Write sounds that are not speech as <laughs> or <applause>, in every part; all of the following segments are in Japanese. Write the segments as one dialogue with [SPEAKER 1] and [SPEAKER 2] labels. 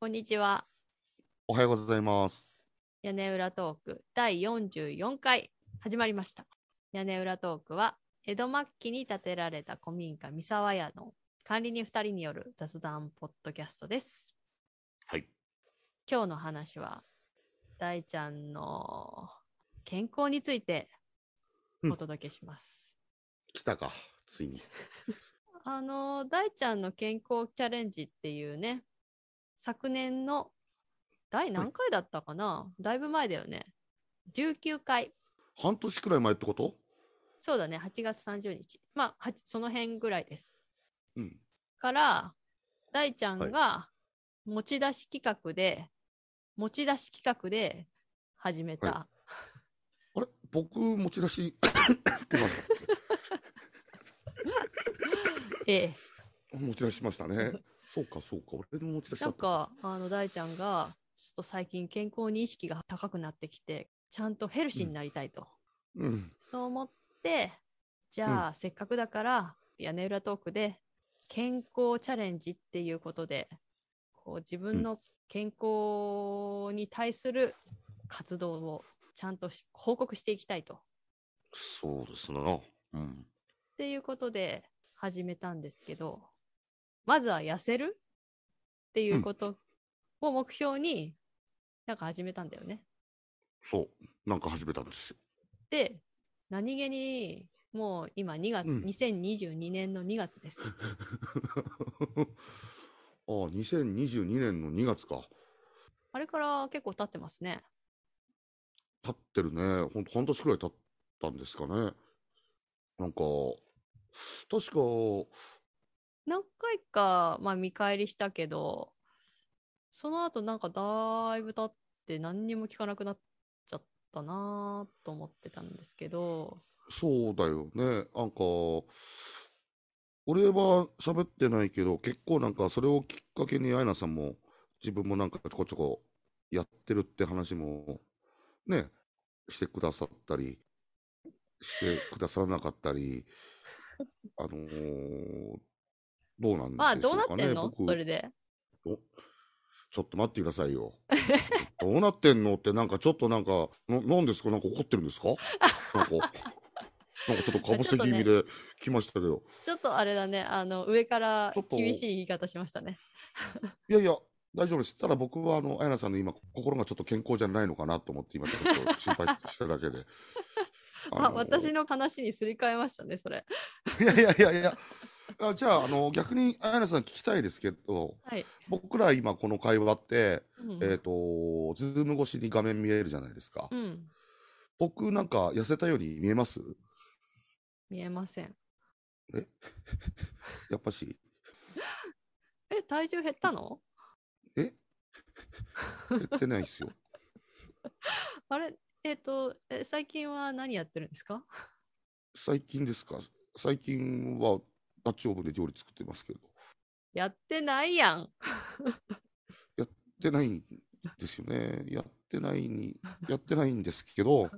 [SPEAKER 1] こんにちは。
[SPEAKER 2] おはようございます。
[SPEAKER 1] 屋根裏トーク第44回始まりました。屋根裏トークは江戸末期に建てられた古民家三沢屋の管理人2人による雑談ポッドキャストです。
[SPEAKER 2] はい。
[SPEAKER 1] 今日の話は大ちゃんの健康についてお届けします。
[SPEAKER 2] 来たか、ついに。
[SPEAKER 1] あの大ちゃんの健康チャレンジっていうね昨年の第何回だったかな、だいぶ前だよね19回
[SPEAKER 2] 半年くらい前ってこと
[SPEAKER 1] そうだね、8月30日。まあ、はちその辺ぐらいです。
[SPEAKER 2] うん。
[SPEAKER 1] から、大ちゃ
[SPEAKER 2] は
[SPEAKER 1] ん
[SPEAKER 2] い
[SPEAKER 1] が持ち出し企画で、持ち出し企画で始めた、
[SPEAKER 2] はあれ僕、持ち出 <coughs> し、ってまし
[SPEAKER 1] ええ、
[SPEAKER 2] た持ち出しましたね。そうか、 <laughs> そうか。俺の持ち出しだ
[SPEAKER 1] なん
[SPEAKER 2] ったの。
[SPEAKER 1] か、あの、大ちゃんが、ちょっと最近健康に意識が高くなってきて、ちゃんとヘルシーになりたいと。
[SPEAKER 2] うん。
[SPEAKER 1] そう思って、じゃあ、せっかくだから、屋根裏トークで、健康チャレンジっていうことで、こう自分の健康に対する活動をちゃんとし報告していきたいと。っ
[SPEAKER 2] そうですな。うん。
[SPEAKER 1] ていうことで始めたんですけど、まずは痩せるっていうことを目標に、なんか始めたんだよね。
[SPEAKER 2] そう。なんか始めたんですよ。
[SPEAKER 1] で、何気に、もう今2月、
[SPEAKER 2] うん
[SPEAKER 1] 2022年の2月です。
[SPEAKER 2] <laughs> ああ、2022年の2月か。
[SPEAKER 1] あれから結構経ってますね。
[SPEAKER 2] 経ってるね。ほんと半年くらい経ったんですかね。なんか、確か、
[SPEAKER 1] 何回か、まあ、見返りしたけど、その後なんかだいぶ経って何にも聞かなくなっちゃったなぁと思ってたんですけど、
[SPEAKER 2] そうだよね。なんか、俺は喋ってないけど、結構なんかそれをきっかけにアイナさんも自分もなんかちょこちょこやってるって話もね、してくださったり、してくださらなかったり、あのーどうなん
[SPEAKER 1] まあ
[SPEAKER 2] でし
[SPEAKER 1] ど
[SPEAKER 2] ょ
[SPEAKER 1] う
[SPEAKER 2] う
[SPEAKER 1] な
[SPEAKER 2] か
[SPEAKER 1] ってん
[SPEAKER 2] ね。
[SPEAKER 1] の
[SPEAKER 2] 僕
[SPEAKER 1] それで。
[SPEAKER 2] ちょっと待ってくださいよ。 <laughs> どうなってんのってなんかちょっとなんか、ななんですかなんか怒ってるんですかなんか、 <laughs> なんかちょっとかぶせ気味で来ましたけど。
[SPEAKER 1] ちょっとあれだね、あの上から
[SPEAKER 2] ちょっと
[SPEAKER 1] 厳しい言い方しましたね。
[SPEAKER 2] いやいや、大丈夫です。ただ僕はあの、あやなさんの今、心がちょっと健康じゃないのかなと思って今ちょっと心配ししただけで。
[SPEAKER 1] <laughs> あ、
[SPEAKER 2] の
[SPEAKER 1] 私の話にすり替えましたね、それ。
[SPEAKER 2] いやいやいやいや。あじゃあ、あの、逆に、あやなさん聞きたいですけど、
[SPEAKER 1] はい。
[SPEAKER 2] 僕ら今この会話って、
[SPEAKER 1] うん
[SPEAKER 2] えっ、と、ズーム越しに画面見えるじゃないですか。
[SPEAKER 1] うん、
[SPEAKER 2] 僕なんか痩せたように見えます
[SPEAKER 1] 見えません。
[SPEAKER 2] やっぱし。
[SPEAKER 1] え、体重減ったの
[SPEAKER 2] 減ってないですよ。 <laughs>
[SPEAKER 1] あれえっ、とえ、最近は何やってるんですか
[SPEAKER 2] 最近ですか最近は、ダッチオーブンで料理作ってますけど。
[SPEAKER 1] やってないやん。
[SPEAKER 2] やってないんですよね。やってないに、やってないんですけど、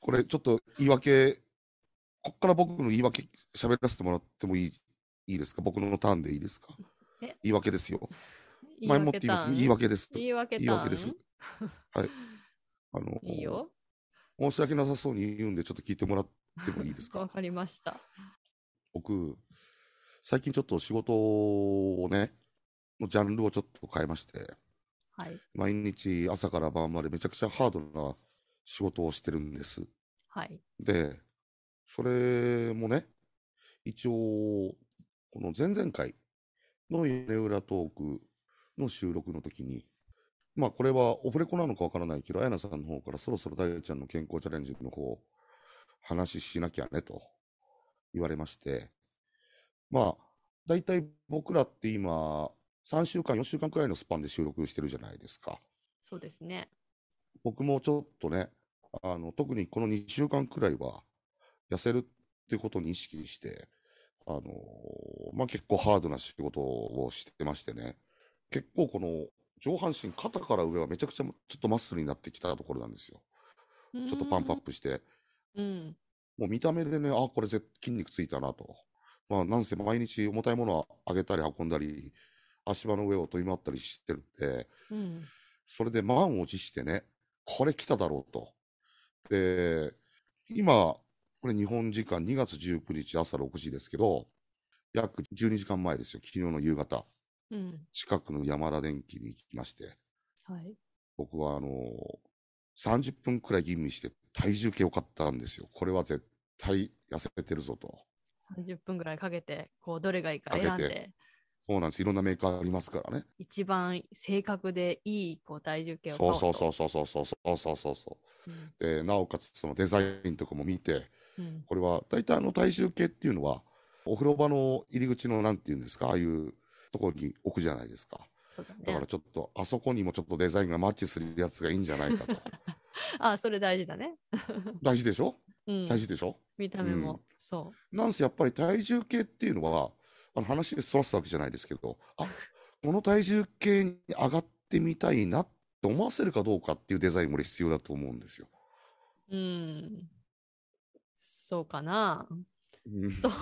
[SPEAKER 2] これちょっと言い訳、こっから僕の言い訳喋らせてもらってもいいいいですか僕のターンでいいですか
[SPEAKER 1] え
[SPEAKER 2] 言い訳ですよ。前もって言います。言い訳です。
[SPEAKER 1] 言い訳
[SPEAKER 2] 言い訳です。はい。あの、
[SPEAKER 1] いいよ。
[SPEAKER 2] 申し訳なさそうに言うんで、ちょっと聞いてもらってもいいですか
[SPEAKER 1] わかりました。
[SPEAKER 2] 僕、最近ちょっと仕事をね、のジャンルをちょっと変えまして、
[SPEAKER 1] はい。
[SPEAKER 2] 毎日朝から晩までめちゃくちゃハードな仕事をしてるんです。
[SPEAKER 1] はい。
[SPEAKER 2] で、それもね、一応、この前々回の屋根裏トークの収録の時に、まあこれはオフレコなのかわからないけど、綾菜さんの方からそろそろ大ちゃんの健康チャレンジの方、話しなきゃねと言われまして、まあ、大体僕らって今、3週間、4週間くらいのスパンで収録してるじゃないですか。
[SPEAKER 1] そうですね。
[SPEAKER 2] 僕もちょっとね、あの、特にこの2週間くらいは、痩せるってことに意識して、あのまあ、結構ハードな仕事をしてましてね、結構この上半身、肩から上はめちゃくちゃちょっとマッスルになってきたところなんですよ。
[SPEAKER 1] ち
[SPEAKER 2] ちょっとパンプアッ。プして、
[SPEAKER 1] うん。
[SPEAKER 2] もう見た目でね、あ、これぜ筋肉ついたなと。まあ、なんせ毎日重たいものは上げたり運んだり、足場の上を飛び回ったりしてるんで、
[SPEAKER 1] うん。
[SPEAKER 2] それで満を持してね、これ来ただろうと。で、今、これ日本時間2月19日朝6時ですけど、約12時間前ですよ、昨日の夕方、
[SPEAKER 1] うん。
[SPEAKER 2] 近くの山田電機に行きまして、
[SPEAKER 1] はい。
[SPEAKER 2] 僕はあの30分くらい吟味して体重計を買ったんですよ。これは絶対痩せてるぞと。
[SPEAKER 1] 30分ぐらいかけて、こう、どれがいいか選ん
[SPEAKER 2] かけ
[SPEAKER 1] で、
[SPEAKER 2] そうなんです。いろんなメーカーありますからね。
[SPEAKER 1] 一番正確でいい、こう、体重計を買
[SPEAKER 2] そ
[SPEAKER 1] お
[SPEAKER 2] うそう
[SPEAKER 1] と。
[SPEAKER 2] そうそうそうそうそうそうそうそうう。で、なおかつそのデザインとかも見て、
[SPEAKER 1] うん。うん
[SPEAKER 2] これは大体あの体重計っていうのは、お風呂場の入り口のなんていうんですか、ああいうところに置くじゃないですか。
[SPEAKER 1] そうだね。
[SPEAKER 2] だからちょっと、あそこにもちょっとデザインがマッチするやつがいいんじゃないか
[SPEAKER 1] <laughs>
[SPEAKER 2] と。
[SPEAKER 1] あ、それ大事だね。
[SPEAKER 2] 大事でしょ
[SPEAKER 1] うん。
[SPEAKER 2] 大事でしょ、
[SPEAKER 1] 見た目も、
[SPEAKER 2] うん
[SPEAKER 1] そ
[SPEAKER 2] なんせやっぱり体重計っていうのは、あの話でそらすわけじゃないですけど、あこの体重計に上がってみたいなって思わせるかどうかっていうデザインも俺必要だと思うんですよ。
[SPEAKER 1] う。うん。そうかな。
[SPEAKER 2] うん
[SPEAKER 1] そう。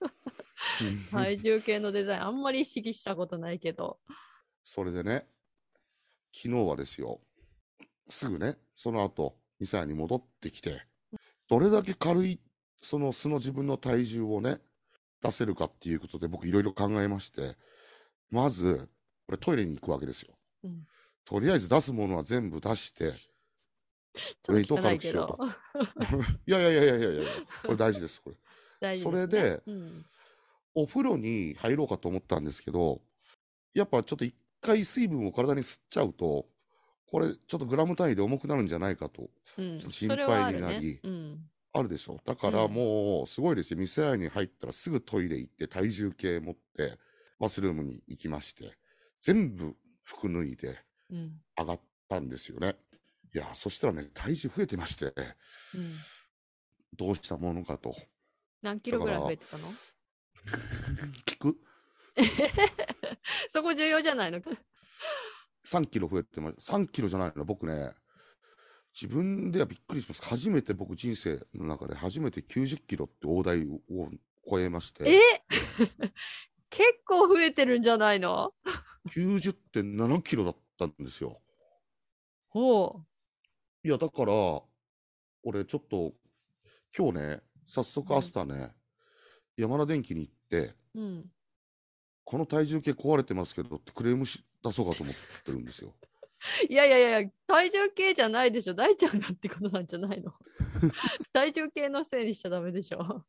[SPEAKER 1] <laughs> 体重計のデザイン、あんまり意識したことないけど。
[SPEAKER 2] それでね、昨日はですよ、すぐね、その後、ミサヤに戻ってきて、どれだけ軽い、その素の自分の体重をね、出せるかっていうことで僕いろいろ考えまして、まず、これトイレに行くわけですよ。
[SPEAKER 1] うん
[SPEAKER 2] とりあえず出すものは全部出し
[SPEAKER 1] ちょ
[SPEAKER 2] て、
[SPEAKER 1] っと
[SPEAKER 2] ウェイトを
[SPEAKER 1] 汚い
[SPEAKER 2] 軽く
[SPEAKER 1] け
[SPEAKER 2] しよう
[SPEAKER 1] ど
[SPEAKER 2] と。いやいやいやいやいやいや、これ大事です、これ。
[SPEAKER 1] <laughs> 大事です、ね。
[SPEAKER 2] それで、
[SPEAKER 1] うん。
[SPEAKER 2] お風呂に入ろうかと思ったんですけど、やっぱちょっと一回水分を体に吸っちゃうと、これちょっとグラム単位で重くなるんじゃないかと、
[SPEAKER 1] うん
[SPEAKER 2] ちょっと心
[SPEAKER 1] それはあ
[SPEAKER 2] 配
[SPEAKER 1] る
[SPEAKER 2] になり
[SPEAKER 1] ねうん。
[SPEAKER 2] あるでしょ。だからもう、すごいですよ。店屋に入ったらすぐトイレ行って、体重計持って、バスルームに行きまして、全部服脱いで
[SPEAKER 1] うん。
[SPEAKER 2] 上がったんですよね。いや、そしたらね、体重増えてまして、
[SPEAKER 1] うん。
[SPEAKER 2] どうしたものかと。
[SPEAKER 1] 何キロぐらい
[SPEAKER 2] だから
[SPEAKER 1] 増えてたの
[SPEAKER 2] 聞く
[SPEAKER 1] そこ重要じゃないの
[SPEAKER 2] 3キロ増えてま3キロじゃないの、僕ね、自分ではびっくりします。初めて僕人生の中で初めて90キロって大台を超えまし
[SPEAKER 1] え <laughs>
[SPEAKER 2] て、
[SPEAKER 1] 結構増えてるんじゃないの
[SPEAKER 2] 90.7キロだったんですよ。
[SPEAKER 1] ほ
[SPEAKER 2] いや、だから、俺ちょっと、今日ね、早速朝ね、山田電機に行って、
[SPEAKER 1] う。うん。
[SPEAKER 2] この体重計壊れてますけどってクレームし出そうかと思ってるんですよ。
[SPEAKER 1] いやいやいやいや、体重計じゃないでしょ。大ちゃんがってことなんじゃ
[SPEAKER 2] <laughs>
[SPEAKER 1] ないの体重計のせいにしちゃダメでしょ。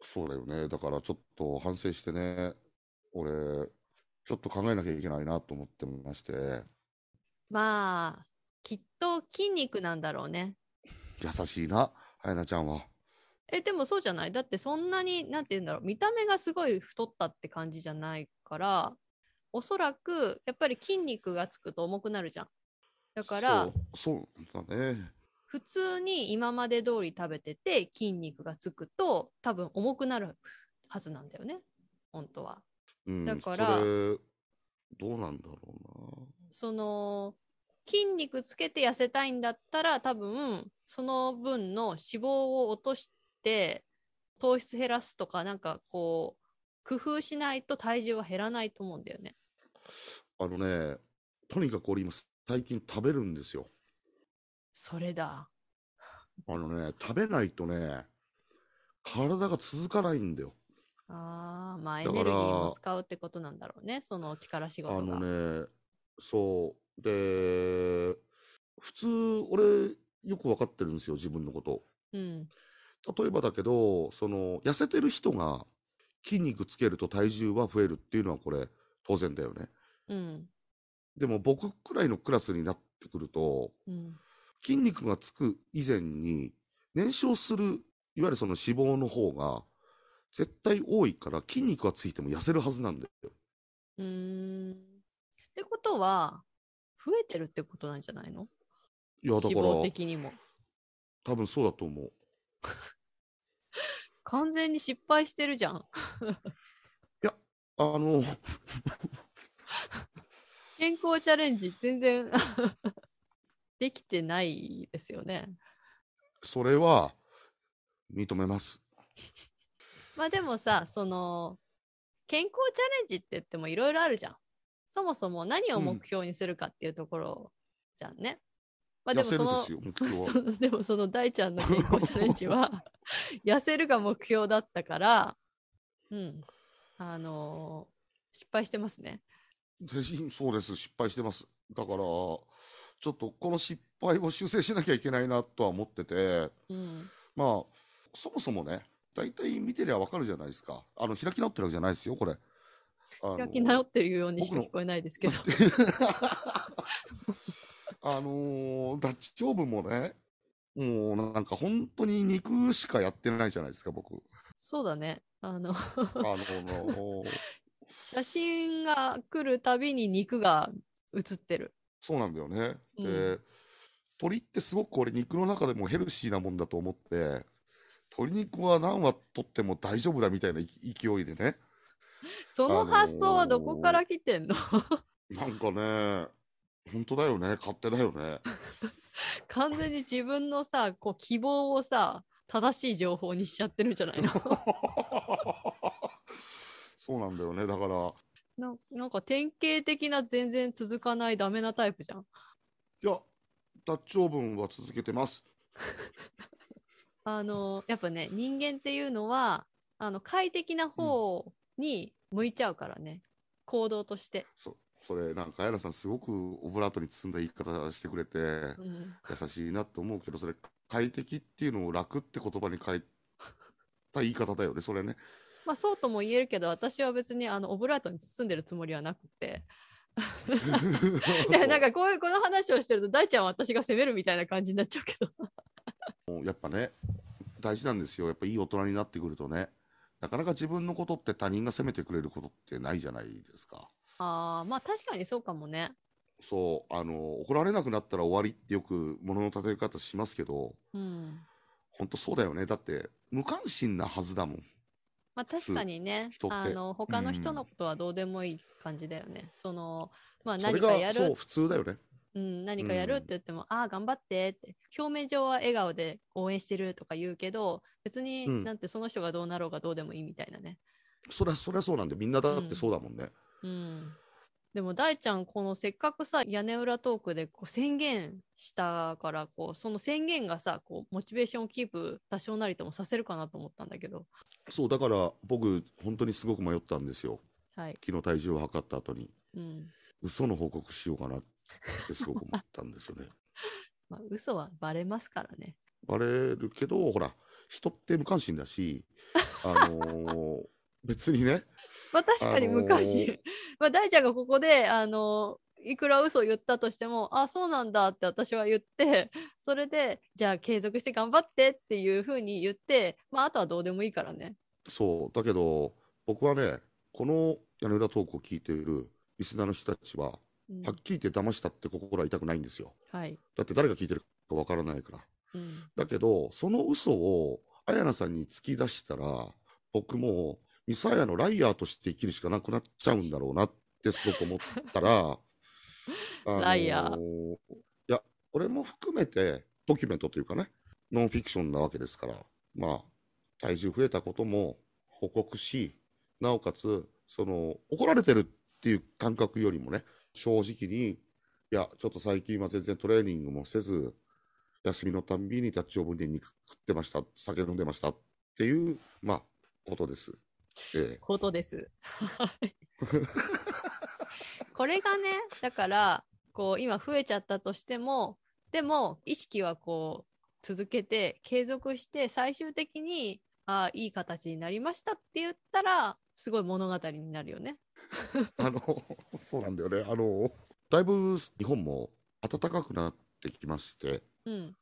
[SPEAKER 2] そうだよね。だからちょっと反省してね、俺、ちょっと考えなきゃいけないなと思ってまして、
[SPEAKER 1] まあ、きっと筋肉なんだろうね。
[SPEAKER 2] 優しいな、はやなちゃんは。
[SPEAKER 1] え、でもそうじゃないだってそんなに、なんて言うんだろう、見た目がすごい太ったって感じじゃないから、おそらく、やっぱり筋肉がつくと重くなるじゃん。だから、
[SPEAKER 2] そう、そうだね。
[SPEAKER 1] 普通に今まで通り食べてて、筋肉がつくと、多分重くなるはずなんだよね。本当は。
[SPEAKER 2] うん、
[SPEAKER 1] だから
[SPEAKER 2] それ、どうなんだろう
[SPEAKER 1] その、筋肉つけて痩せたいんだったら、多分、その分の脂肪を落として、糖質減らすとか、なんかこう、工夫しないと体重は減らないと思うんだよね。
[SPEAKER 2] な。あのね、とにかく俺今、最近食べるんですよ。
[SPEAKER 1] それだ。
[SPEAKER 2] あのね、食べないとね、体が続かないんだよ。
[SPEAKER 1] ああ、まあエ
[SPEAKER 2] だか
[SPEAKER 1] ネ
[SPEAKER 2] ら
[SPEAKER 1] ルギーも使うってことなんだろうね、その力仕
[SPEAKER 2] あ
[SPEAKER 1] 事が。
[SPEAKER 2] のね、そう。で、普通、俺、よく分かってるんですよ、自分のこと。
[SPEAKER 1] うん。
[SPEAKER 2] 例えばだけど、その、痩せてる人が筋肉つけると体重は増えるっていうのはこれ、当然だよね。
[SPEAKER 1] うん。
[SPEAKER 2] でも僕くらいのクラスになってくると、
[SPEAKER 1] うん。
[SPEAKER 2] 筋肉がつく以前に、燃焼する、いわゆるその脂肪の方が、絶対多いから筋肉がついても痩せるはずなんだよ。
[SPEAKER 1] うーん。ってことは、増えてるってことなんじゃないの
[SPEAKER 2] いや、だ
[SPEAKER 1] 脂
[SPEAKER 2] から、
[SPEAKER 1] 肪的にも。
[SPEAKER 2] 多分そうだと思う。
[SPEAKER 1] 完全に失敗してるじゃん。
[SPEAKER 2] あの、
[SPEAKER 1] 健康チャレンジ全然 <laughs> できてないですよね。
[SPEAKER 2] それは、認めます。
[SPEAKER 1] まあでもさ、その、健康チャレンジって言ってもいろいろあるじゃん。そもそも何を目標にするかっていうところじゃんね。まあでも
[SPEAKER 2] 痩せ
[SPEAKER 1] そ
[SPEAKER 2] る
[SPEAKER 1] の
[SPEAKER 2] ですよ、目
[SPEAKER 1] <laughs> そ
[SPEAKER 2] 標は。
[SPEAKER 1] のでもその大ちゃんの健康チャレンジは <laughs> 痩せるが目標だったから、うん、あのー失敗してますね。
[SPEAKER 2] でし <laughs> そうです、失敗してます。だから、ちょっとこの失敗を修正しなきゃいけないなとは思ってて、
[SPEAKER 1] うん、
[SPEAKER 2] まあ、そもそもね、大体見てりゃわかるじゃないですか。あの、開き直ってるわけじゃないですよ、これ。あの
[SPEAKER 1] 開き直ってるようにしか
[SPEAKER 2] 僕の
[SPEAKER 1] 聞こえないですけ
[SPEAKER 2] <laughs>
[SPEAKER 1] ど。
[SPEAKER 2] あのーダッチ長部もね、もうなんか本当に肉しかやってないじゃないですか、僕。
[SPEAKER 1] そうだね。あの
[SPEAKER 2] あのー
[SPEAKER 1] 写真が来るたびに肉が写ってる。
[SPEAKER 2] そうなんだよね。
[SPEAKER 1] う
[SPEAKER 2] で、
[SPEAKER 1] ん
[SPEAKER 2] 鶏ってすごく俺肉の中でもヘルシーなもんだと思って、鶏肉は何羽取っても大丈夫だみたいな勢いでね。
[SPEAKER 1] その発想はどこから来てんの、 <laughs>
[SPEAKER 2] なんかね、本当だよね、勝手だよね。
[SPEAKER 1] 完全に自分のさこう希望をさ正しい情報にしちゃってるんじゃないの <laughs>
[SPEAKER 2] そうなんだよね。だから、
[SPEAKER 1] ななんか典型的な全然続かないダメなタイプじゃん。
[SPEAKER 2] いや、脱腸分は続けてます。
[SPEAKER 1] あのやっぱね人間っていうのはあの快適な方に向いちゃうからね、行動として。
[SPEAKER 2] そそれ、なんか、やらさん、すごくオブラートに包んだ言い方してくれて、
[SPEAKER 1] うん
[SPEAKER 2] 優しいなと思うけど、それ、快適っていうのを楽って言葉に変えた言い方だよね、それね。 <laughs>
[SPEAKER 1] まあそうとも言えるけど私は別にあのオブラートに包んでるつもりはなくて <laughs> いや <laughs> なんかこういうこの話をしてると大ちゃんは私が責めるみたいな感じになっちゃうけど
[SPEAKER 2] もうやっぱね、大事なんですよ。やっぱいい大人になってくるとね、なかなか自分のことって他人が責めてくれることってないじゃないですか。
[SPEAKER 1] あーまあ確かにそうかもね。
[SPEAKER 2] そう、あの、怒られなくなったら終わりってよく物の例え方しますけど、
[SPEAKER 1] うん
[SPEAKER 2] 本当そうだよね。だって、無関心なはずだもん。
[SPEAKER 1] まあ、確かにね
[SPEAKER 2] 人って
[SPEAKER 1] あの他の人
[SPEAKER 2] うん
[SPEAKER 1] のことはどうでもいい感じだよね。そのまあ、
[SPEAKER 2] それ
[SPEAKER 1] 何かや
[SPEAKER 2] が、
[SPEAKER 1] る
[SPEAKER 2] そう、普通だよね。
[SPEAKER 1] うん、何かやるって言っても、ああ、頑張ってって、表面上は笑顔で応援してるとか言うけど、別に
[SPEAKER 2] うん
[SPEAKER 1] なんてその人がどうなろうがどうでもいいみたいなね。
[SPEAKER 2] そりゃ、そりゃそうなんで、みんなだってそうだもんね。
[SPEAKER 1] うん。でも大ちゃん、このせっかくさ、屋根裏トークでこう宣言したからこう、その宣言がさ、こうモチベーションをキープ多少なりともさせるかなと思ったんだけど、
[SPEAKER 2] そう、だから、僕、本当にすごく迷ったんですよ。
[SPEAKER 1] はい。
[SPEAKER 2] 昨日体重を測った後に、
[SPEAKER 1] うん。
[SPEAKER 2] 嘘の報告しようかなってすごく思ったんですよね。
[SPEAKER 1] まあ、嘘はバレますからね。
[SPEAKER 2] バレるけど、ほら、人って無関心
[SPEAKER 1] <laughs>
[SPEAKER 2] だし、あのー別にね、
[SPEAKER 1] まあ確かに
[SPEAKER 2] あのー
[SPEAKER 1] 無関心。まあ大ちゃんがここで、あのーいくら嘘を言ったとしても、あ、そうなんだって私は言って、それで、じゃあ継続して頑張ってっていうふうに言って、まああとはどうでもいいからね。
[SPEAKER 2] そう、だけど、僕はね、この屋根裏トークを聞いているリスナーの人たちは、
[SPEAKER 1] うん
[SPEAKER 2] はっきり言って騙したって心は痛くないんですよ。
[SPEAKER 1] はい。
[SPEAKER 2] だって誰が聞いてるかわからないから。
[SPEAKER 1] うん、
[SPEAKER 2] だけど、その嘘を綾菜さんに突き出したら、僕もミサヤのライアーとして生きるしかなくなっちゃうんだろうなってすごく思っ
[SPEAKER 1] <laughs>
[SPEAKER 2] たら、あ
[SPEAKER 1] ライアー
[SPEAKER 2] ー。いや、俺も含めてドキュメントというかね、ノンフィクションなわけですから、まあ、体重増えたことも報告し、なおかつ、その、怒られてるっていう感覚よりもね、正直に、いや、ちょっと最近は全然トレーニングもせず、休みのたんびに立ち分で肉食ってました、酒飲んでましたっていう、まあ、ことです。え
[SPEAKER 1] <laughs>
[SPEAKER 2] え
[SPEAKER 1] ことです。これがね、だから、こう今増えちゃったとしても、でも意識はこう続けて継続して最終的にあーいい形になりましたって言ったらすごい物語になるよね。
[SPEAKER 2] あの、そうなんだよね。あの、だいぶ日本も暖かくなってきまして、
[SPEAKER 1] うん。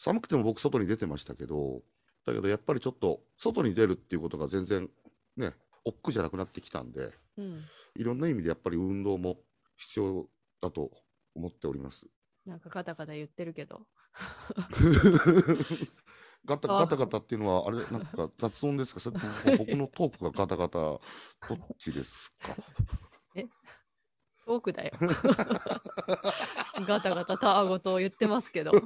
[SPEAKER 2] 寒くても僕外に出てましたけど、だけどやっぱりちょっと外に出るっていうことが全然ね、億劫じゃなくなってきたんで、
[SPEAKER 1] うん。
[SPEAKER 2] いろんな意味でやっぱり運動も必要だと思ってお
[SPEAKER 1] <laughs>
[SPEAKER 2] ります。
[SPEAKER 1] なんかガタガタ言ってるけど。
[SPEAKER 2] ガタ
[SPEAKER 1] あ
[SPEAKER 2] ガタガタっていうのは、あれ、なんか雑音ですかそれとも僕のトークがガタガタ、どっちです
[SPEAKER 1] <laughs>
[SPEAKER 2] か
[SPEAKER 1] トークだよ。ガタガタタワごと言ってますけど。
[SPEAKER 2] はい。い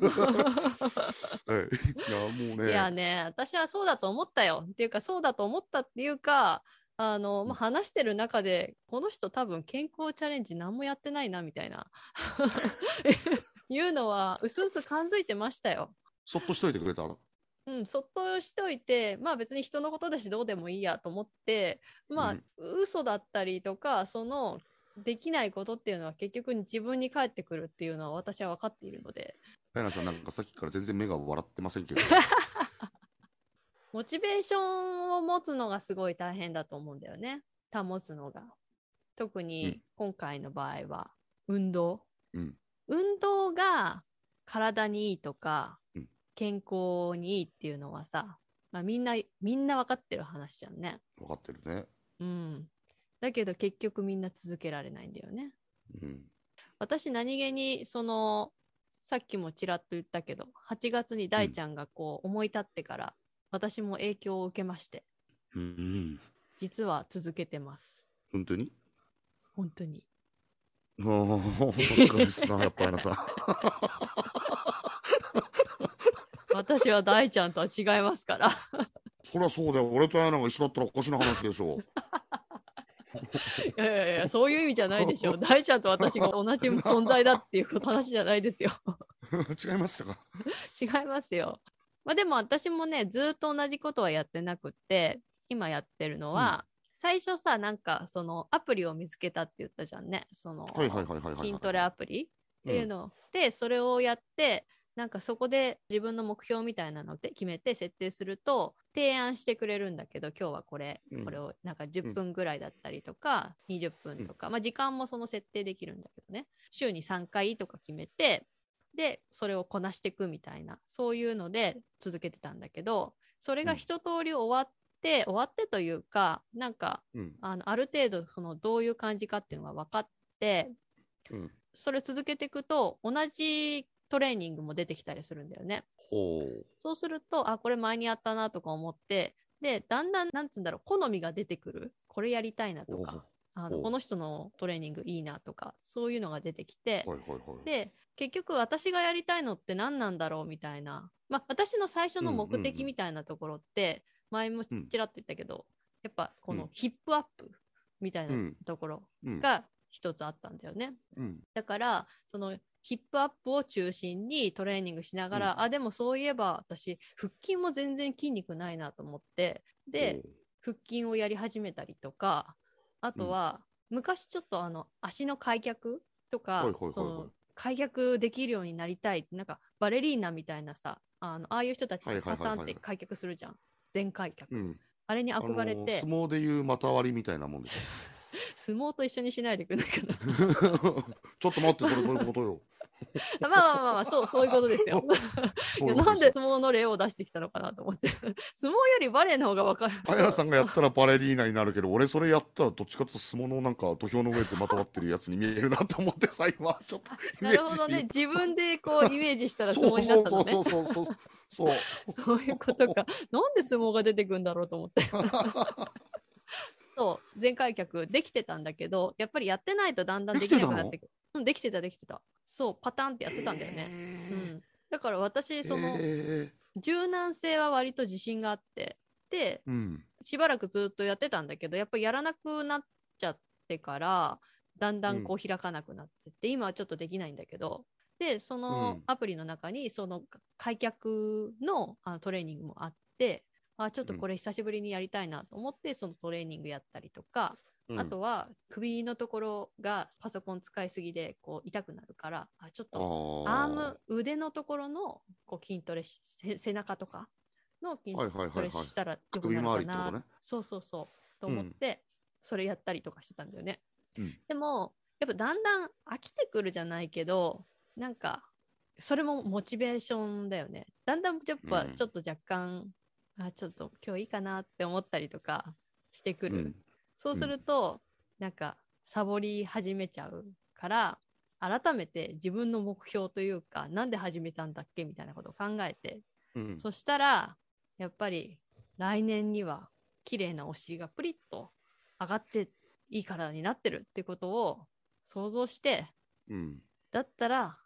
[SPEAKER 2] や、もう
[SPEAKER 1] いや
[SPEAKER 2] ね、
[SPEAKER 1] ね、私はそうだと思ったよ。っていうか、そうだと思ったっていうか、あの、ま
[SPEAKER 2] う
[SPEAKER 1] あ、
[SPEAKER 2] ん
[SPEAKER 1] 話してる中で、この人多分健康チャレンジ何もやってないな、みたいな、 <laughs> いうのは、うすうす感づいてましたよ。
[SPEAKER 2] そっとしといてくれたら。
[SPEAKER 1] うん、そっとしといて、まあ別に人のことだしどうでもいいやと思って、まあ、嘘だったりとか、その、できないことっていうのは結局自分に返ってくるっていうのは私は分かっているので、
[SPEAKER 2] カイナさん、なんかさっきから全然目が笑ってませ
[SPEAKER 1] <laughs>
[SPEAKER 2] んけど。
[SPEAKER 1] モチベーションを持つのがすごい大変だと思うんだよね。保つのが。特
[SPEAKER 2] うん
[SPEAKER 1] に今回の場合は、運動。
[SPEAKER 2] うん。
[SPEAKER 1] 運動が体にいいとか
[SPEAKER 2] うん、
[SPEAKER 1] 健康にいいっていうのはさ、まあ、みんな、みんな分かってる話じゃんね。
[SPEAKER 2] 分かってるね。
[SPEAKER 1] うん。だけど結局みんな続けられないんだよね。
[SPEAKER 2] うん。
[SPEAKER 1] 私何気にそのさっきもちらっと言ったけど8月に大ちゃんがこう思い立ってから、私も影響を受けまして
[SPEAKER 2] うん。
[SPEAKER 1] 実は続けてます
[SPEAKER 2] 本当に
[SPEAKER 1] 本当に
[SPEAKER 2] ああ、さすがです
[SPEAKER 1] <laughs>
[SPEAKER 2] な、やっぱりなさん。
[SPEAKER 1] 私は大ちゃんとは違いますから
[SPEAKER 2] そりゃそうだよ。俺とアイナが一緒だったらおかしな話でし
[SPEAKER 1] <laughs>
[SPEAKER 2] ょう。
[SPEAKER 1] いやいやいやそういう意味じゃないで <laughs> しょう大ちゃんと私が同じ存在だっていう話じゃないですよ
[SPEAKER 2] 違いましたか。
[SPEAKER 1] 違いますよまあでも私もねずーっと同じことはやってなくって今やってるのは、最初さなんかそのアプリを見つけたって言ったじゃんねその、
[SPEAKER 2] はいはいはいはいはいはい。
[SPEAKER 1] 筋トレアプリっていう
[SPEAKER 2] うん
[SPEAKER 1] の、でそれをやってなんかそこで自分の目標みたいなので決めて設定すると提案してくれるんだけど今日はこれ、
[SPEAKER 2] うん
[SPEAKER 1] これをなんか10分ぐらいだったりとか、20分とか、まあ、時間もその設定できるんだけどね週に3回とか決めてでそれをこなしていくみたいなそういうので続けてたんだけどそれが
[SPEAKER 2] うん
[SPEAKER 1] 一通り終わって、終わってというかなんか
[SPEAKER 2] うん。
[SPEAKER 1] あのある程度そのどういう感じかっていうのが分かって
[SPEAKER 2] うん。
[SPEAKER 1] それ続けていくと同じトレーニングも出てきたりするんだよね。
[SPEAKER 2] ほう。
[SPEAKER 1] そうするとあこれ前にやったなとか思ってでだんだんなんつうんだろう好みが出てくるこれやりたいなとかあ
[SPEAKER 2] お
[SPEAKER 1] の
[SPEAKER 2] う
[SPEAKER 1] この人のトレーニングいいなとかそういうのが出てきて、
[SPEAKER 2] はいはいはい。
[SPEAKER 1] で結局私がやりたいのって何なんだろうみたいな、まあ、私の最初の目
[SPEAKER 2] うんうんう
[SPEAKER 1] 的
[SPEAKER 2] ん
[SPEAKER 1] みたいなところって、前も
[SPEAKER 2] うん
[SPEAKER 1] ちらっと言ったけど、やっぱこ
[SPEAKER 2] う
[SPEAKER 1] の
[SPEAKER 2] ん
[SPEAKER 1] ヒップアップみたいな
[SPEAKER 2] うん
[SPEAKER 1] ところ
[SPEAKER 2] うん、
[SPEAKER 1] が一つあったんだよね。
[SPEAKER 2] うん、
[SPEAKER 1] だからそのヒップアップを中心にトレーニングしながら、
[SPEAKER 2] うん
[SPEAKER 1] あでもそういえば私腹筋も全然筋肉ないなと思ってで腹筋をやり始めたりとかあとは、昔ちょっとあの足の開脚と
[SPEAKER 2] はい
[SPEAKER 1] か
[SPEAKER 2] はいはいはい
[SPEAKER 1] その開脚できるようになりたいなんかバレリーナみたいなさあのああいう人たち
[SPEAKER 2] は
[SPEAKER 1] で
[SPEAKER 2] いはい
[SPEAKER 1] パ
[SPEAKER 2] は
[SPEAKER 1] タ
[SPEAKER 2] いはい
[SPEAKER 1] ーンって開脚するじゃん全開脚、
[SPEAKER 2] おう、うん、
[SPEAKER 1] あれに
[SPEAKER 2] あの
[SPEAKER 1] 憧れ
[SPEAKER 2] ー
[SPEAKER 1] て、
[SPEAKER 2] 相撲でいう股割りみたいなも
[SPEAKER 1] <laughs>
[SPEAKER 2] んですよ
[SPEAKER 1] 相撲と一緒にしないでくれないかな <laughs>
[SPEAKER 2] ちょっと待ってそれどういうことよ
[SPEAKER 1] あまあまあまあまあそうそういうことです
[SPEAKER 2] <laughs>
[SPEAKER 1] よ
[SPEAKER 2] そう
[SPEAKER 1] いや
[SPEAKER 2] いうこと
[SPEAKER 1] なんで相撲の例を出してきたのかなと思って <laughs> 相撲よりバレエの方が分かる
[SPEAKER 2] あやさんがやったらバレリーナになるけど俺それやったらどっちかというと相撲のなんか土俵の上で股割ってるやつに見えるなと思ってさ今ちょ
[SPEAKER 1] <laughs>
[SPEAKER 2] っとイメ
[SPEAKER 1] な
[SPEAKER 2] ージ
[SPEAKER 1] るほどね自分でこうイメージしたら相撲にな
[SPEAKER 2] そ
[SPEAKER 1] っ
[SPEAKER 2] う
[SPEAKER 1] たのね
[SPEAKER 2] <laughs> そうそうそうそうそう
[SPEAKER 1] そういうことかなんで相撲が出てくんだろうと思って
[SPEAKER 2] <laughs>
[SPEAKER 1] そう全開脚できてたんだけどやっぱりやってないとだんだんできなくなってくるうんできてたできてたそうパターンってやってたんだよね、う
[SPEAKER 2] ね
[SPEAKER 1] ん、だから私その
[SPEAKER 2] え
[SPEAKER 1] 柔軟性は割と自信があってで
[SPEAKER 2] ー、うん
[SPEAKER 1] しばらくずっとやってたんだけどやっぱやらなくなっちゃってからだんだんこう開かなくなってって、今はちょっとできないんだけどでそうの
[SPEAKER 2] ん
[SPEAKER 1] アプリの中にその開脚のあトレーニングもあってあちょっとこれ久しぶりにやりたいなと思ってそのトレーニングやったりとか、
[SPEAKER 2] うん
[SPEAKER 1] あとは首のところがパソコン使いすぎでこう痛くなるからあちょっとアーム腕のところのこう筋トレしせ背中とかの筋
[SPEAKER 2] はいはいはいはい
[SPEAKER 1] トレしたら良くなる
[SPEAKER 2] 首周
[SPEAKER 1] か
[SPEAKER 2] りってこ
[SPEAKER 1] な、
[SPEAKER 2] とね
[SPEAKER 1] そうそうそうと思って、それやったりとかしてたんだよね、
[SPEAKER 2] うん
[SPEAKER 1] でもやっぱだんだん飽きてくるじゃないけどなんかそれもモチベーションだよねだんだんやっぱ
[SPEAKER 2] うん
[SPEAKER 1] ちょっと若干、あちょっと今日いいかなって思ったりとかしてく
[SPEAKER 2] う
[SPEAKER 1] る、
[SPEAKER 2] ん
[SPEAKER 1] そうすると、なんかサボり始めちゃうから改めて自分の目標というかなんで始めたんだっけみたいなことを考えて、
[SPEAKER 2] うん、
[SPEAKER 1] そしたらやっぱり来年には綺麗なお尻がプリッと上がっていい体になってるってことを想像して
[SPEAKER 2] うん
[SPEAKER 1] だったら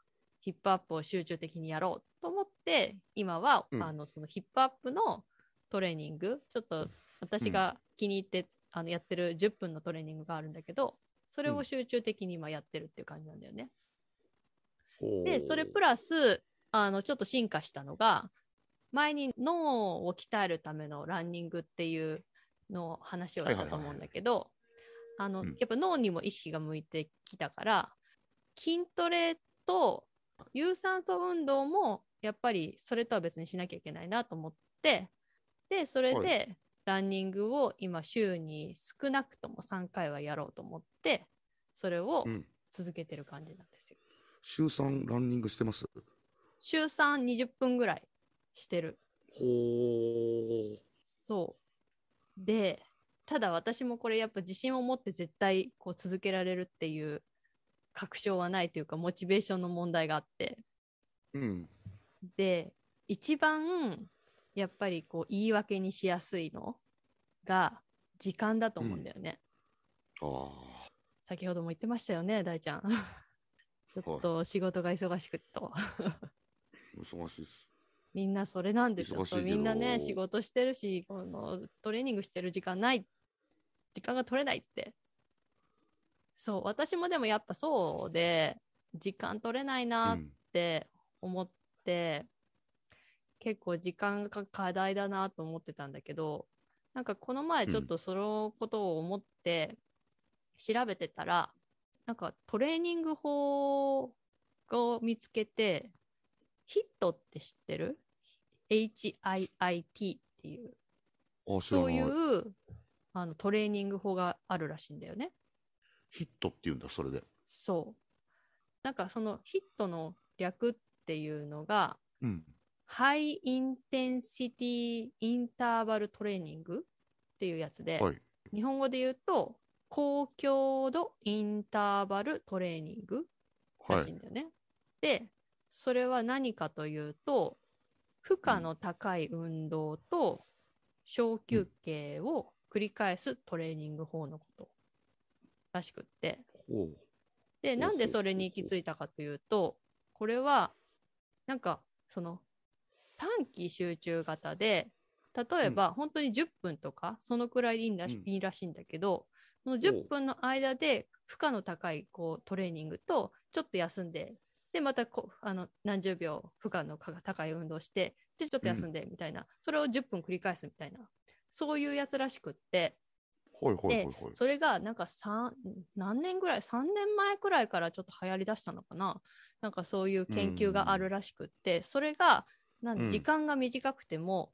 [SPEAKER 1] ヒップアップを集中的にやろうと思って今は、
[SPEAKER 2] うん
[SPEAKER 1] あのそのヒップアップのトレーニングちょっと私が気に入ってあのやってる10分のトレーニングがあるんだけどそれ
[SPEAKER 2] う
[SPEAKER 1] を
[SPEAKER 2] ん
[SPEAKER 1] 集中的に今やってるっていう感じなんだよね。
[SPEAKER 2] ほう
[SPEAKER 1] でそれプラスあのちょっと進化したのが前に脳を鍛えるためのランニングっていうのを話をしたと思うんだけどあの
[SPEAKER 2] うん
[SPEAKER 1] やっぱ脳にも意識が向いてきたから筋トレと有酸素運動もやっぱりそれとは別にしなきゃいけないなと思ってでそれ
[SPEAKER 2] は
[SPEAKER 1] でランニングを今週に少なくとも3回はやろうと思ってそれを
[SPEAKER 2] うん、
[SPEAKER 1] 続けてる感じなんですよ。
[SPEAKER 2] 週3ランニングしてます
[SPEAKER 1] 週320分ぐらいしてる
[SPEAKER 2] ほう
[SPEAKER 1] そうでただ私もこれやっぱ自信を持って絶対こう続けられるっていう確証はないというかモチベーションの問題があって
[SPEAKER 2] うん
[SPEAKER 1] で一番やっぱりこう言い訳にしやすいのが時間だと思うんだよね、
[SPEAKER 2] ああ
[SPEAKER 1] 先ほども言ってましたよね大ち <laughs> ゃんちょっと仕事が忙しくっと
[SPEAKER 2] 忙しいです
[SPEAKER 1] みんなそれなんですよ。
[SPEAKER 2] 忙しい
[SPEAKER 1] そう
[SPEAKER 2] け
[SPEAKER 1] み
[SPEAKER 2] ど
[SPEAKER 1] んなね、仕事してるし、このトレーニングしてる時間ない、時間が取れないって。そう、私もでもやっぱそうで、時間取れないうなっ
[SPEAKER 2] ん
[SPEAKER 1] て思って、結構時間が課題だなと思ってたんだけど、なんかこの前ちょっとそのことを思って調べてたら、なんかトレーニング法を見つけて、ヒットって知ってる ?HIIT っていう、
[SPEAKER 2] あ知ら
[SPEAKER 1] そ
[SPEAKER 2] な
[SPEAKER 1] う
[SPEAKER 2] い
[SPEAKER 1] いうあのトレーニング法があるらしいんだよね。
[SPEAKER 2] ヒットっていうんだそれで
[SPEAKER 1] そう。なんかそのヒットの略っていうのが、
[SPEAKER 2] うん
[SPEAKER 1] ハイインテンシティインターバルトレーニングっていうやつで、
[SPEAKER 2] はい
[SPEAKER 1] 日本語で言うと、高強度インターバルトレーニング
[SPEAKER 2] は
[SPEAKER 1] らしい
[SPEAKER 2] い
[SPEAKER 1] んだよね。でそれは何かというと負荷の高い運動と小休憩を繰り返すトレーニング法のことらしくって
[SPEAKER 2] ほう
[SPEAKER 1] で
[SPEAKER 2] う
[SPEAKER 1] なんでそれに行き着いたかというとこれはなんかその短期集中型で例えば本当に10分とかそのくらいでいいんだし,、
[SPEAKER 2] うん
[SPEAKER 1] いいらしいんだけどその
[SPEAKER 2] お
[SPEAKER 1] 10
[SPEAKER 2] う
[SPEAKER 1] 分の間で負荷の高いこうトレーニングとちょっと休んででまたこうあの何十秒負荷のか高い運動してでちょっと休んでみたいな、それを10分繰り返すみたいなそういうやつらしくって。
[SPEAKER 2] はいはいはい
[SPEAKER 1] で
[SPEAKER 2] はい
[SPEAKER 1] それがなんか三何年ぐらい3年前くらいからちょっと流行りだしたのかななんかそういう研究があるらしくってそれがなん
[SPEAKER 2] うん
[SPEAKER 1] 時間が短くても、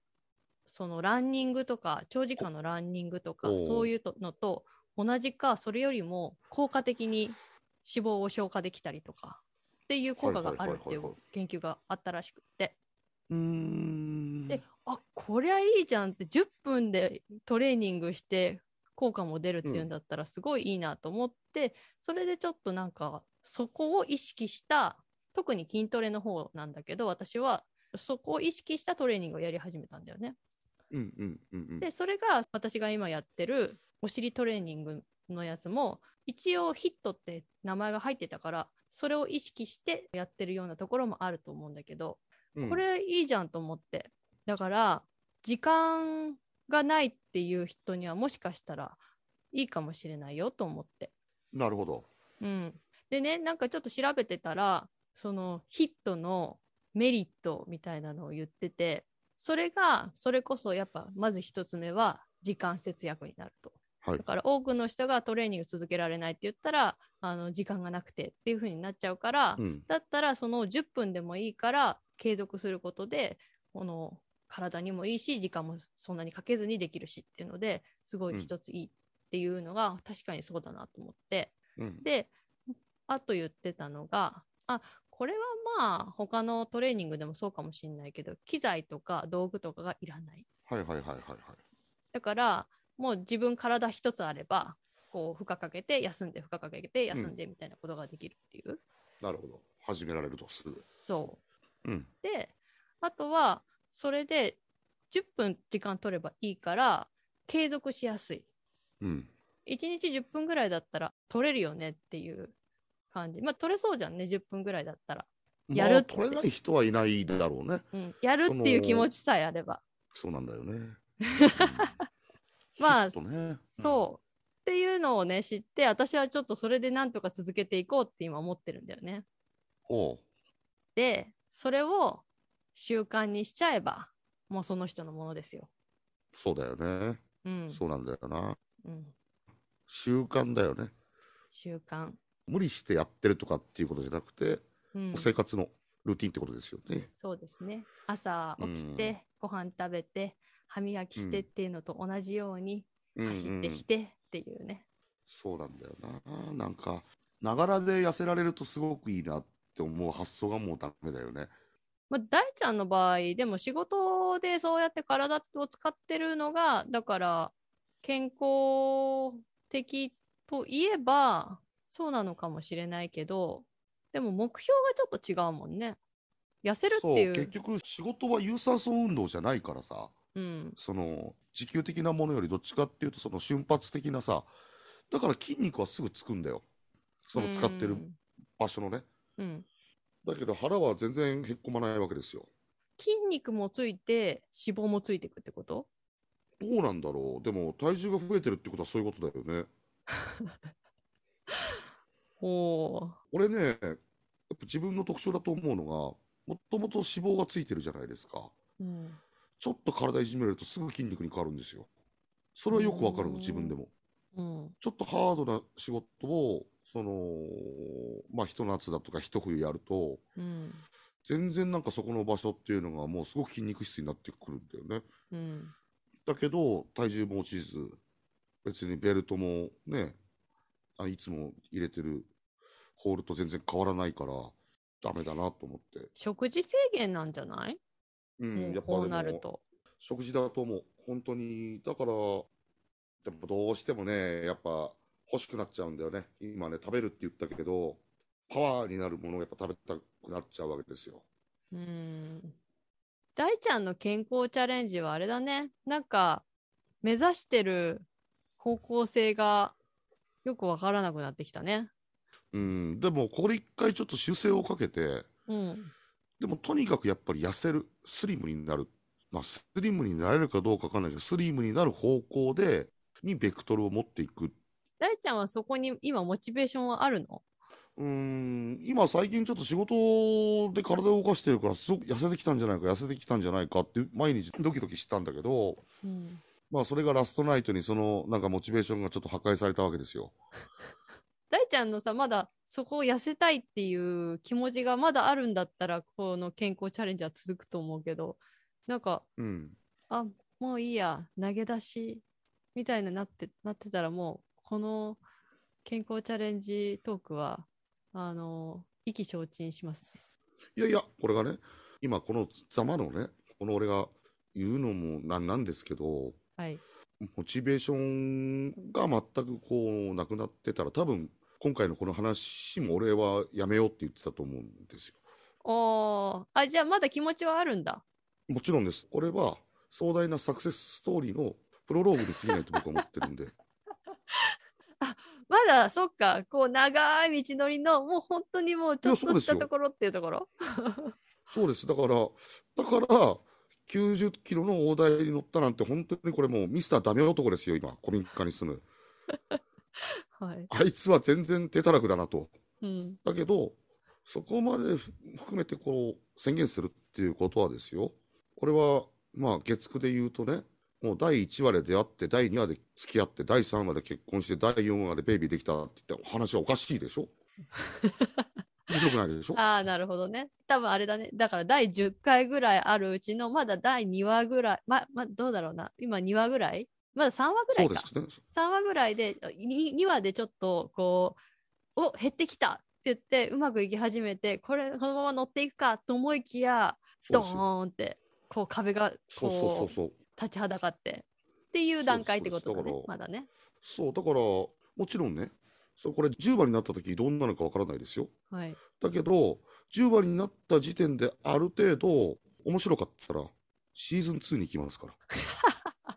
[SPEAKER 1] そのランニングとか長時間のランニングとか
[SPEAKER 2] おお
[SPEAKER 1] そういうとのと同じかそれよりも効果的に脂肪を消化できたりとかっていう効果があるってい
[SPEAKER 2] はいはいはいは
[SPEAKER 1] う
[SPEAKER 2] い
[SPEAKER 1] 研究があったらしくって
[SPEAKER 2] うーん
[SPEAKER 1] であこりゃいいじゃんって10分でトレーニングして効果も出るっていうんだったらすごいいいなと思って、それでちょっとなんかそこを意識した特に筋トレの方なんだけど私はそこを意識したトレーニングをやり始めたんだよね。
[SPEAKER 2] うんうんうんうん
[SPEAKER 1] でそれが私が今やってるお尻トレーニングのやつも一応ヒットって名前が入ってたからそれを意識してやってるようなところもあると思うんだけど
[SPEAKER 2] うん
[SPEAKER 1] これいいじゃんと思ってだから時間がないっていう人にはもしかしたらいいかもしれないよと思って、
[SPEAKER 2] なるほど
[SPEAKER 1] うん、でねなんかちょっと調べてたらそのヒットのメリットみたいなのを言っててそれがそれこそやっぱまず一つ目は時間節約になると。
[SPEAKER 2] はい
[SPEAKER 1] だから多くの人がトレーニング続けられないって言ったらあの時間がなくてっていう風になっちゃうから、
[SPEAKER 2] うん
[SPEAKER 1] だったらその10分でもいいから継続することでこの体にもいいし時間もそんなにかけずにできるしっていうのですご
[SPEAKER 2] うん
[SPEAKER 1] い一ついいっていうのが確かにそうだなと思って、
[SPEAKER 2] うん
[SPEAKER 1] であと言ってたのがあこれはまあ他のトレーニングでもそうかもしれないけど機材とか道具とかがいらない
[SPEAKER 2] はいはいはいはいはい
[SPEAKER 1] だからもう自分体一つあればこう負荷かけて休んで負荷かけて休んでみたいなことができるっていう、
[SPEAKER 2] なるほど始められるとすぐ
[SPEAKER 1] そう
[SPEAKER 2] うん
[SPEAKER 1] であとはそれで10分時間取ればいいから継続しやすい
[SPEAKER 2] うん
[SPEAKER 1] 1日10分ぐらいだったら取れるよねっていう感じまあ取れそうじゃんね10分ぐらいだったら、やる
[SPEAKER 2] ま
[SPEAKER 1] っ
[SPEAKER 2] あ
[SPEAKER 1] て
[SPEAKER 2] 取れない人はいないだろうね
[SPEAKER 1] うん、やるっていう気持ちさえあれば
[SPEAKER 2] そうなんだよね
[SPEAKER 1] <laughs> まあ
[SPEAKER 2] ちょっとね。
[SPEAKER 1] そう。っていうのをね、知って、私はちょっとそれでなんとか続けていこうって今思ってるんだよね。
[SPEAKER 2] うん。おう
[SPEAKER 1] で、それを習慣にしちゃえば、もうその人のものですよ。
[SPEAKER 2] そうだよね。
[SPEAKER 1] うん。
[SPEAKER 2] そうなんだよな。
[SPEAKER 1] うん、
[SPEAKER 2] 習慣だよね。
[SPEAKER 1] 習慣。
[SPEAKER 2] 無理してやってるとかっていうことじゃなくて、
[SPEAKER 1] うん、
[SPEAKER 2] 生活のルーティンってことですよね。
[SPEAKER 1] そうですね。朝起き
[SPEAKER 2] うん
[SPEAKER 1] て、ご飯食べて、歯磨きして
[SPEAKER 2] う
[SPEAKER 1] っ
[SPEAKER 2] ん
[SPEAKER 1] ていうのと同じように、
[SPEAKER 2] うんうん
[SPEAKER 1] 走ってきてっていうね。
[SPEAKER 2] そうなんだよな。なんか、ながらで痩せられるとすごくいいなって思う発想がもうダメだよね。
[SPEAKER 1] まあ、大ちゃんの場合、でも仕事でそうやって体を使ってるのが、だから健康的といえばそうなのかもしれないけど、でも目標がちょっと違うもんね。痩せるって
[SPEAKER 2] そう、
[SPEAKER 1] いう。
[SPEAKER 2] 結局仕事は有酸素運動じゃないからさ、
[SPEAKER 1] うん、
[SPEAKER 2] その、持久的なものよりどっちかっていうと、その瞬発的なさ、だから筋肉はすぐつくんだよ。その使ってる
[SPEAKER 1] うん
[SPEAKER 2] 場所のね。
[SPEAKER 1] うん
[SPEAKER 2] だけど腹は全然へっこまないわけですよ。
[SPEAKER 1] 筋肉もついて脂肪もついていくってこと
[SPEAKER 2] どうなんだろう。でも体重が増えてるってことはそういうことだよね。
[SPEAKER 1] おお
[SPEAKER 2] 俺ね、やっぱ自分の特徴だと思うのが、もともと脂肪がついてるじゃないですか。
[SPEAKER 1] ー、うん
[SPEAKER 2] ちょっと体いじめるとすぐ筋肉に変わるんですよ。それはよくわかる
[SPEAKER 1] う
[SPEAKER 2] の、
[SPEAKER 1] ん
[SPEAKER 2] 自分でも。
[SPEAKER 1] うん
[SPEAKER 2] ちょっとハードな仕事を、その、まあ、ひと夏だとか、ひと冬やると、
[SPEAKER 1] うん
[SPEAKER 2] 全然なんかそこの場所っていうのがもうすごく筋肉質になってくるんだよね。
[SPEAKER 1] うん
[SPEAKER 2] だけど、体重も落ちず、別にベルトもね、あいつも入れてるホールと全然変わらないから、ダメだなと思って。
[SPEAKER 1] 食事制限なんじゃない、
[SPEAKER 2] う
[SPEAKER 1] も
[SPEAKER 2] ん、
[SPEAKER 1] う
[SPEAKER 2] やっぱ
[SPEAKER 1] こう
[SPEAKER 2] で
[SPEAKER 1] なる
[SPEAKER 2] も、
[SPEAKER 1] と。
[SPEAKER 2] 食事だと思う。本当に、だから、でもどうしてもね、やっぱ欲しくなっちゃうんだよね。今ね、食べるって言ったけど、パワーになるものをやっぱ食べたくなっちゃうわけですよ。
[SPEAKER 1] うーん大ちゃんの健康チャレンジはあれだね。なんか、目指してる方向性がよくわからなくなってきたね。
[SPEAKER 2] うん、でもこれ一回ちょっと修正をかけて、
[SPEAKER 1] うん。
[SPEAKER 2] でもとにかくやっぱり痩せる、スリムになる。まあ、スリムになれるかどうかわかんないけど、スリムになる方向で、にベクトルを持っていく。
[SPEAKER 1] 大ちゃんはそこに今モチベーションはあるの
[SPEAKER 2] うん、今最近ちょっと仕事で体を動かしてるから、すごく痩せてきたんじゃないか、痩せてきたんじゃないかって、毎日ドキドキしてたんだけど、
[SPEAKER 1] うん。
[SPEAKER 2] まあそれがラストナイトにその、なんかモチベーションがちょっと破壊されたわけですよ。
[SPEAKER 1] 大ちゃんのさ、まだそこを痩せたいっていう気持ちがまだあるんだったら、この健康チャレンジは続くと思うけど、なんか、
[SPEAKER 2] うん。
[SPEAKER 1] あもういいや投げ出しみたいになってなってたらもうこの健康チャレンジトークはあの意気消沈しますね。
[SPEAKER 2] いやいや、これがね、今このざまのね、この俺が言うのもなんなんですけど、
[SPEAKER 1] はい。
[SPEAKER 2] モチベーションが全くこうなくなってたら多分今回のこの話も俺はやめようって言ってたと思うんですよ。
[SPEAKER 1] おーあじゃあまだ気持ちはあるんだ。
[SPEAKER 2] もちろんです。これは壮大なサクセスストーリーのプロローグに過ぎないと僕は思ってるんで。
[SPEAKER 1] まだそっかこう長い道のりのもう本当にもうちょっ
[SPEAKER 2] いやそう
[SPEAKER 1] と
[SPEAKER 2] で
[SPEAKER 1] し
[SPEAKER 2] すよ
[SPEAKER 1] たところっていうところ。
[SPEAKER 2] そうです。だから、だから90キロの大台に乗ったなんて本当にこれもうミスターダメ男ですよ、今、古民家に住む。
[SPEAKER 1] はい。
[SPEAKER 2] あいつは全然手たらくだなと。
[SPEAKER 1] うん。
[SPEAKER 2] だけど、そこまで含めてこう宣言するっていうことはですよ、これはまあ月9で言うとね、もう第1話で出会って、第2話で付き合って、第3話で結婚して、第4話でベイビーできたって言って、話はおかしいでし <laughs> ょ面白くないでしょ
[SPEAKER 1] ああなるほどね。多分あれだね。だから第10回ぐらいあるうちのまだ第2話ぐらいままどうだろうな今2話ぐらいまだ3話ぐら
[SPEAKER 2] そ
[SPEAKER 1] いうか
[SPEAKER 2] で。すね。
[SPEAKER 1] 3話ぐらいで 2, 2話でちょっとこうお減ってきたって言ってうまくいき始めてこれこのまま乗っていくかと思いきや
[SPEAKER 2] そ
[SPEAKER 1] ド
[SPEAKER 2] うです
[SPEAKER 1] ーンってこう壁が
[SPEAKER 2] そうそうそ
[SPEAKER 1] こ
[SPEAKER 2] う
[SPEAKER 1] う
[SPEAKER 2] そう。
[SPEAKER 1] 立ちはだかってっていう段階ってことだ
[SPEAKER 2] そう
[SPEAKER 1] ね
[SPEAKER 2] そう
[SPEAKER 1] まだね。
[SPEAKER 2] そう、だから、もちろんね、そうこれ10話になった時どんなのかわからないですよ。
[SPEAKER 1] はい、
[SPEAKER 2] だけど、10話になった時点である程度面白かったら、シーズン2に行きますから。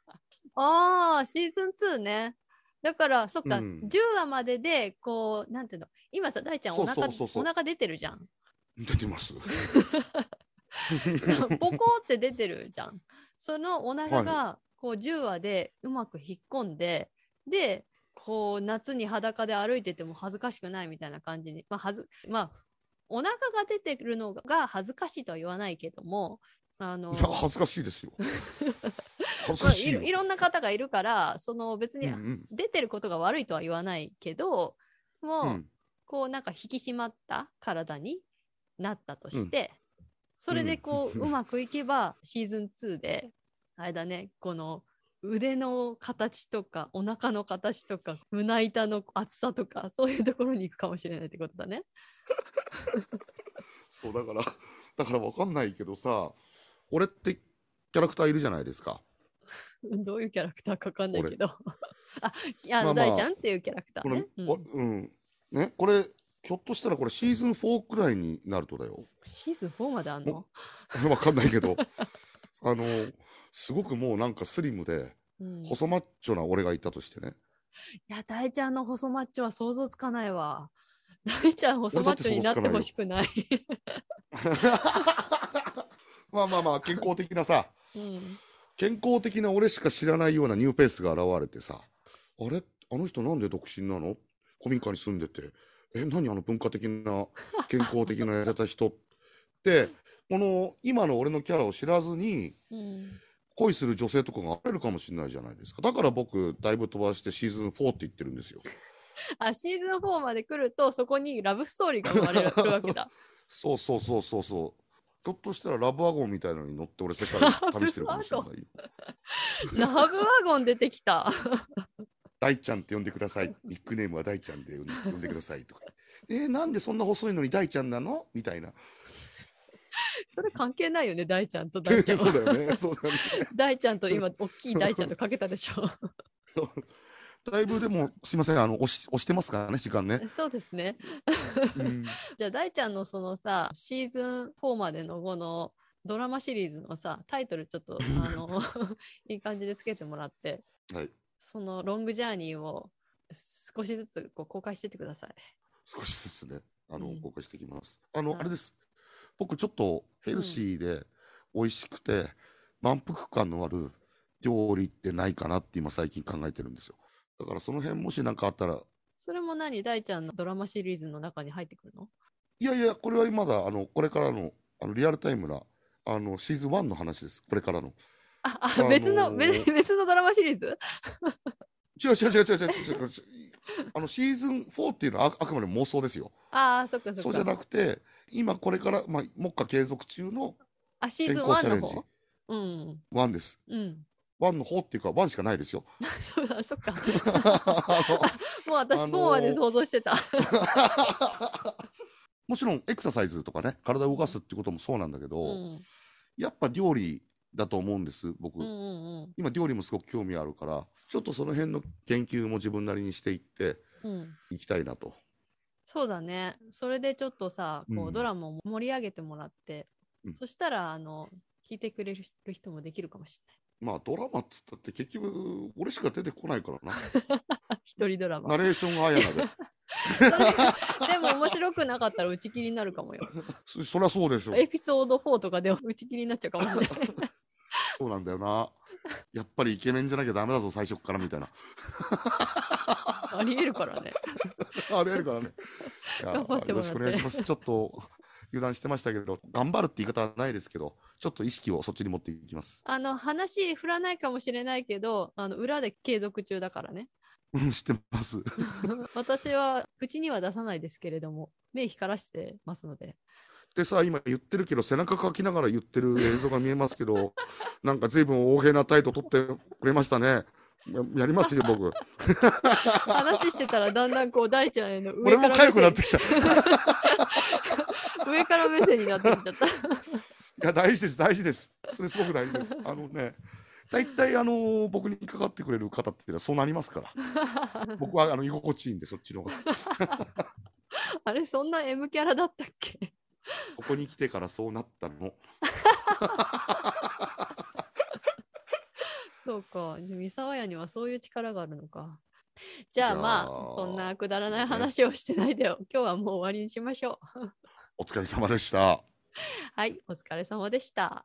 [SPEAKER 1] あーシーズン2ね。だからそっか、
[SPEAKER 2] うん
[SPEAKER 1] 10話まででこうなんていうの今さ大ちゃんお腹
[SPEAKER 2] そうそうそうそう
[SPEAKER 1] お腹出てるじゃん。
[SPEAKER 2] 出てます。 <laughs>
[SPEAKER 1] ポコって出てるじゃん。そのお腹が、こう10話でうまく引っ込んででこう夏に裸で歩いてても恥ずかしくないみたいな感じにまあはずまあお腹が出てるのが恥ずかしいとは言わないけどもあの
[SPEAKER 2] いや <laughs> 恥ずかし
[SPEAKER 1] <laughs>
[SPEAKER 2] いですよ恥
[SPEAKER 1] ま
[SPEAKER 2] ずか
[SPEAKER 1] あ、
[SPEAKER 2] しい
[SPEAKER 1] い
[SPEAKER 2] よ
[SPEAKER 1] ろいろんな方がいるからその別に
[SPEAKER 2] うんうん
[SPEAKER 1] 出てることが悪いとは言わないけどもう、
[SPEAKER 2] うん
[SPEAKER 1] こうなんか引き締まった体になったとして、それでこう、
[SPEAKER 2] う
[SPEAKER 1] うんまくいけばシーズン2であれだねこの腕の形とかお腹の形とか胸板の厚さとかそういうところに行くかもしれないってことだね。 <laughs>
[SPEAKER 2] そうだから <laughs> だからわかんないけどさ俺ってキャラクターいるじゃないですか
[SPEAKER 1] どういうキャラクターかわかんないけど <laughs> あい
[SPEAKER 2] ま
[SPEAKER 1] や、
[SPEAKER 2] あまあ
[SPEAKER 1] 大ちゃんっていうキャラクタ
[SPEAKER 2] こ
[SPEAKER 1] ー
[SPEAKER 2] れ
[SPEAKER 1] ね
[SPEAKER 2] わ。
[SPEAKER 1] うん
[SPEAKER 2] うんねこれひょっとしたらこれシーズン4くらいになるとだよ <laughs>
[SPEAKER 1] シーズン4まであんの、
[SPEAKER 2] わかんないけ
[SPEAKER 1] <laughs>
[SPEAKER 2] どあのすごくもうなんかスリムで
[SPEAKER 1] うん、い
[SPEAKER 2] 細マッチョな俺がいたとしてね
[SPEAKER 1] や大ちゃんの細マッチョは想像つかないわ大ちゃん細
[SPEAKER 2] 俺だ
[SPEAKER 1] マ
[SPEAKER 2] っ
[SPEAKER 1] ッ
[SPEAKER 2] て
[SPEAKER 1] チョになってほしくない
[SPEAKER 2] まあまあまあ健康的なさ
[SPEAKER 1] うん
[SPEAKER 2] 健康的な俺しか知らないようなニューペースが現れてさあれあの人なんで独身なの古民家に住んでてえ何あの文化的な健康的なやった人ってこの今の俺のキャラを知らずに
[SPEAKER 1] うん
[SPEAKER 2] 恋する女性とかが現れるかもしれないじゃないですかだから僕だいぶ飛ばしてシーズン4って言ってるんですよ
[SPEAKER 1] あシーズン4まで来るとそこにラブストーリーが生まれるわけ
[SPEAKER 2] <laughs>
[SPEAKER 1] だ。
[SPEAKER 2] そうそうそうそうそうひょっとしたらラブワゴンみたいなのに乗って俺世界を旅してるかもしれないよ
[SPEAKER 1] ラブワゴン出てきた。
[SPEAKER 2] 大ちゃんって呼んでくだ
[SPEAKER 1] <laughs>
[SPEAKER 2] さい。ニックネームは大ちゃんで呼んで呼んでくださいとか。えーなんでそんな細いのに大ちゃんなのみたいな。
[SPEAKER 1] それ関係ないよね大ちゃんと大ちゃん
[SPEAKER 2] <laughs> そう
[SPEAKER 1] は。
[SPEAKER 2] だよね。そうだよね。
[SPEAKER 1] 大ちゃんと今大きい大ちゃんとかけたでしょ。 <laughs>
[SPEAKER 2] だいぶでも、すいません。あの、押し、押してますからね、時間ね。
[SPEAKER 1] そうですね。
[SPEAKER 2] うん。
[SPEAKER 1] じゃあ大ちゃんのそのさシーズン4までの後のドラマシリーズのさタイトルちょっとあ
[SPEAKER 2] <laughs>
[SPEAKER 1] のいい感じでつけてもらって
[SPEAKER 2] はい。
[SPEAKER 1] そのロングジャーニーを少しずつこう公開してってください。
[SPEAKER 2] 少しずつね、あの、
[SPEAKER 1] うん
[SPEAKER 2] 公開していきます。あの、
[SPEAKER 1] はい
[SPEAKER 2] あれです。僕、ちょっとヘルシーで、美味しくて、満腹感のある料理ってないかなって今最近考えてるんですよ。だからその辺もし何かあったら、
[SPEAKER 1] それも何大ちゃんのドラマシリーズの中に入ってくるの
[SPEAKER 2] いやいや、これはまだ、あの、これからの、あの、リアルタイムな、あの、シーズン1の話です。これからの。
[SPEAKER 1] あ、
[SPEAKER 2] あの
[SPEAKER 1] あ
[SPEAKER 2] ー
[SPEAKER 1] 別の、別別のドラマシリーズ
[SPEAKER 2] 違う違う違う違う違う違う違う。あの、シーズン4っていうのはああくまでも妄想ですよ。
[SPEAKER 1] ああ、そっかそっか。
[SPEAKER 2] そうじゃなくて、今これから、まあ、目下継続中の
[SPEAKER 1] あ、シー
[SPEAKER 2] 健
[SPEAKER 1] ズン
[SPEAKER 2] 康チ
[SPEAKER 1] 1
[SPEAKER 2] ャレ
[SPEAKER 1] の
[SPEAKER 2] ンジ
[SPEAKER 1] 方うん。
[SPEAKER 2] 1です。
[SPEAKER 1] うん。 <laughs>
[SPEAKER 2] 1の方っていうか、1しかないですよ。
[SPEAKER 1] そうだ、
[SPEAKER 2] <laughs>
[SPEAKER 1] そっか。
[SPEAKER 2] あの
[SPEAKER 1] もう私、
[SPEAKER 2] あのー
[SPEAKER 1] 4まで想像してた。
[SPEAKER 2] もちろん、エクササイズとかね、体を動かすってこともそうなんだけど、
[SPEAKER 1] うん。
[SPEAKER 2] やっぱ料理だと思うんです、僕。
[SPEAKER 1] うんうん
[SPEAKER 2] 今料理もすごく興味あるからちょっとその辺の研究も自分なりにしていって
[SPEAKER 1] うん。うん。
[SPEAKER 2] いきたいなと
[SPEAKER 1] そうだね。それでちょっとさ、こ
[SPEAKER 2] うん
[SPEAKER 1] う、ドラマを盛り上げてもらって、
[SPEAKER 2] うん
[SPEAKER 1] そしたら、あの、聞いてくれる人もできるかもし
[SPEAKER 2] まあドラマっつったって結局俺しか出てこないからな
[SPEAKER 1] れない。一人ドラマ
[SPEAKER 2] ナ。レーション
[SPEAKER 1] <laughs>
[SPEAKER 2] が綾菜で
[SPEAKER 1] それ <laughs> でも面白くなかったら打ち切りになるかもよ。
[SPEAKER 2] そそりゃそうでしょ
[SPEAKER 1] エピソード4とかで打ち切りになっちゃうかもしれない。
[SPEAKER 2] <laughs> そうなんだよなやっぱりイケメンじゃなきゃダメだぞ最初っからみたいな <laughs>
[SPEAKER 1] ありえるからね。
[SPEAKER 2] あれやるからねいや
[SPEAKER 1] 頑張って
[SPEAKER 2] よ
[SPEAKER 1] もら
[SPEAKER 2] ろ
[SPEAKER 1] って
[SPEAKER 2] しくお願いしますちょっと油断してましたけど頑張るって言い方はないですけどちょっと意識をそっちに持っていきます <laughs>
[SPEAKER 1] あの話振らないかもしれないけどあの裏で継続中だからね
[SPEAKER 2] うん知ってます
[SPEAKER 1] 私は口には出さないですけれども目光らしてますので
[SPEAKER 2] ってさ今言ってるけど背中かきながら言ってる映像が見えますけど <laughs> なんか随分大変な態度取ってくれましたねややりますよ僕
[SPEAKER 1] 話してたらだんだんこう大ちゃんへの上
[SPEAKER 2] <laughs> 俺
[SPEAKER 1] か
[SPEAKER 2] も
[SPEAKER 1] ら
[SPEAKER 2] 痒
[SPEAKER 1] 目
[SPEAKER 2] くな
[SPEAKER 1] 線
[SPEAKER 2] ってきたい
[SPEAKER 1] 上から目線になってきちゃった <laughs>
[SPEAKER 2] や大事です大事ですそれすごく大事ですあのね大体あの僕にかかってくれる方っていうのはそうなりますから僕はあの居心地いいんでそっちの方が
[SPEAKER 1] あれそんな M キャラだったっけ <laughs>
[SPEAKER 2] ここに来てからそうなったの
[SPEAKER 1] そうか三沢屋にはそういう力があるのかじゃあま
[SPEAKER 2] いや
[SPEAKER 1] あ
[SPEAKER 2] ー
[SPEAKER 1] そんなくだらない話をしてないでよ今日はもう終わりにしましょう
[SPEAKER 2] お疲れ様でした
[SPEAKER 1] はいお疲れ様でした